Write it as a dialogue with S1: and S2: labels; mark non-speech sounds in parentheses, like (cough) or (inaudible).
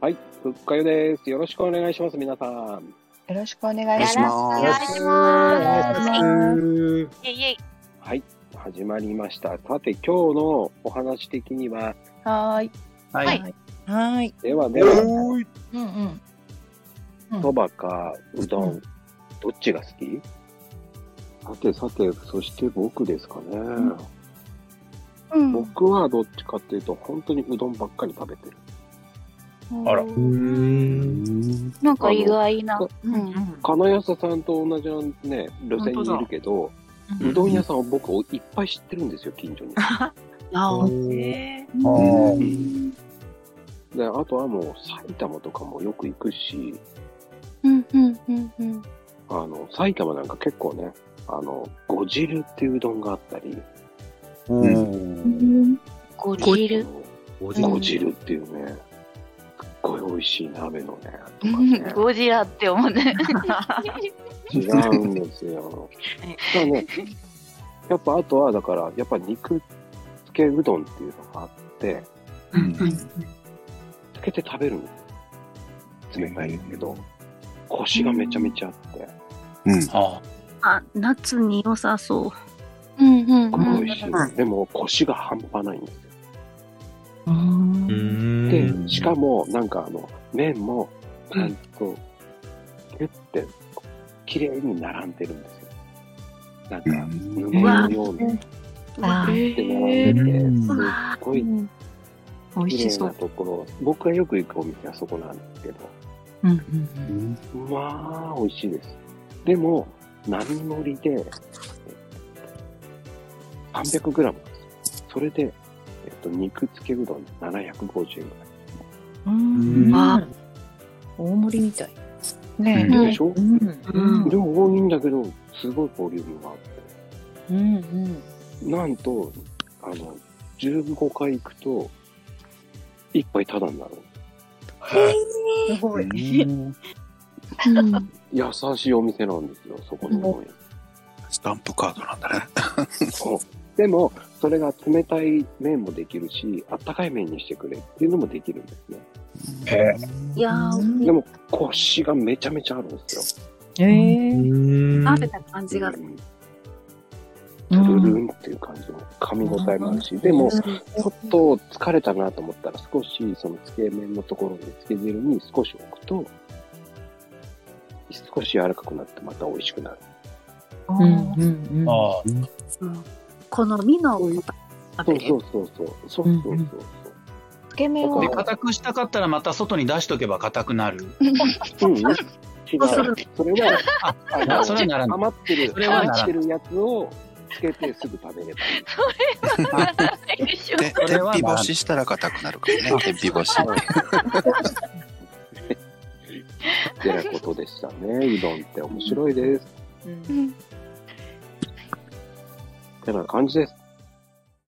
S1: はい、ふっかよです。よろしくお願いします、皆さん。
S2: よろしくお願いし
S3: お
S2: ま
S3: 願い
S2: す。
S3: し
S2: ます
S3: イェイイェイ。
S1: はい、始まりました。さて、今日のお話的には、
S2: はーい。
S3: い
S2: はい。
S4: はい。
S1: ではでは、
S5: おーい
S2: うんうん。
S1: そばかうど、
S2: うん
S1: どっちが好きさてさて、そして僕ですかね。
S4: うん
S1: 僕はどっちかっていうと、本当にうどんばっかり食べてる。
S5: あら
S4: なんか意外な。
S2: うんう
S4: うん
S2: ん。
S1: 金安さんと同じのね、路線にいるけど、
S5: だ
S1: うどん屋さんを僕いっぱい知ってるんですよ、近所に。
S4: あ
S5: お
S4: ー
S5: ー
S4: う
S5: おー
S1: で、あとはもう埼玉とかもよく行くし、
S4: うんうんうんうん。
S1: あの、埼玉なんか結構ね、あの、ご汁っていううどんがあったり、
S5: うん
S4: ゴリル。
S5: おじ
S1: あの
S2: うん
S1: ご汁っていうね、すっごい美味しい鍋のね、とか
S3: うん
S1: ね、
S3: ゴジラって思う (laughs) ね。
S1: 違うんです
S3: (laughs)
S1: よ。だからね、やっぱあとはだから、やっぱ肉つけうどんっていうのがあって、つけて食べるんですよ冷たいんですけど、腰がめちゃめちゃあって、
S5: あ
S6: あ、夏に良さそう。
S4: うんう
S1: す
S4: んう
S1: ごい
S4: ん。
S1: 美味しい。でも腰が半端ないんですよ。
S5: ー
S1: で
S5: う、ん
S1: しかも、なんかあの、麺も、ちゃんと、ギュって、綺麗に並んでるんですよ。なんか、布のように、
S2: あー
S1: で並んでて、
S5: うん
S1: すっごい
S3: 美味
S1: 綺
S3: し
S1: 麗
S3: そ
S1: な
S3: う。
S1: ところ、僕がよく行くお店はそこなんですけど、
S3: うんうん
S1: まあ、美味しいです。でも、並盛りで、300g なんですよ。それで、えっと、肉付けうどん750円ぐらい。
S5: うん
S3: あ
S2: 大盛りみたい。
S3: ね
S4: うん
S1: でしょ、
S2: うん
S6: うん
S1: 量多いんだけど、すごいボリュームがあって。
S2: うんうん。
S1: なんと、あの、15回行くと、一杯タダになる。
S2: すごい。
S4: うん
S1: 優しいお店なんですよ、そこの本屋。
S5: スタンプカードなんだね。
S1: そうでも、それが冷たい麺もできるし、あったかい麺にしてくれっていうのもできるんですね。
S6: いやー、
S1: でも、腰がめちゃめちゃあるんですよ。
S2: ええ。
S6: 食べた感じが。
S1: うん
S2: う
S1: トゥル
S2: ん
S1: ルンっていう感じの噛み応えもあるし、でも、ちょっと疲れたなと思ったら、少しそのつけ麺のところにつけ汁に少し置くと、少し柔らかくなってまた美味しくなる。
S2: うんうんうん。
S5: あ
S6: うん好みのこと食べ
S1: そ
S3: (laughs)
S1: う
S6: れる。
S1: そうそうそう。そうそうそう
S2: つけ麺
S1: あ
S2: を
S1: ー
S5: で、硬くしたかったらまた外に出しとけば硬くなる。
S1: そう。うん、違う。
S6: そうそう
S1: それは、
S5: あ
S1: あ
S5: あ
S1: の
S5: それはならない
S1: 余ってる
S5: それはならない
S1: 余ってるやつをつけてすぐ食べればいい。
S3: でしょ
S7: で、
S5: これ
S7: 天
S5: は
S7: 日干ししたら硬くなるからね。天日干し。
S1: ってなことでしたね。うどんって面白いです。
S2: う
S4: う
S2: ん
S4: ん
S1: ってな感じです。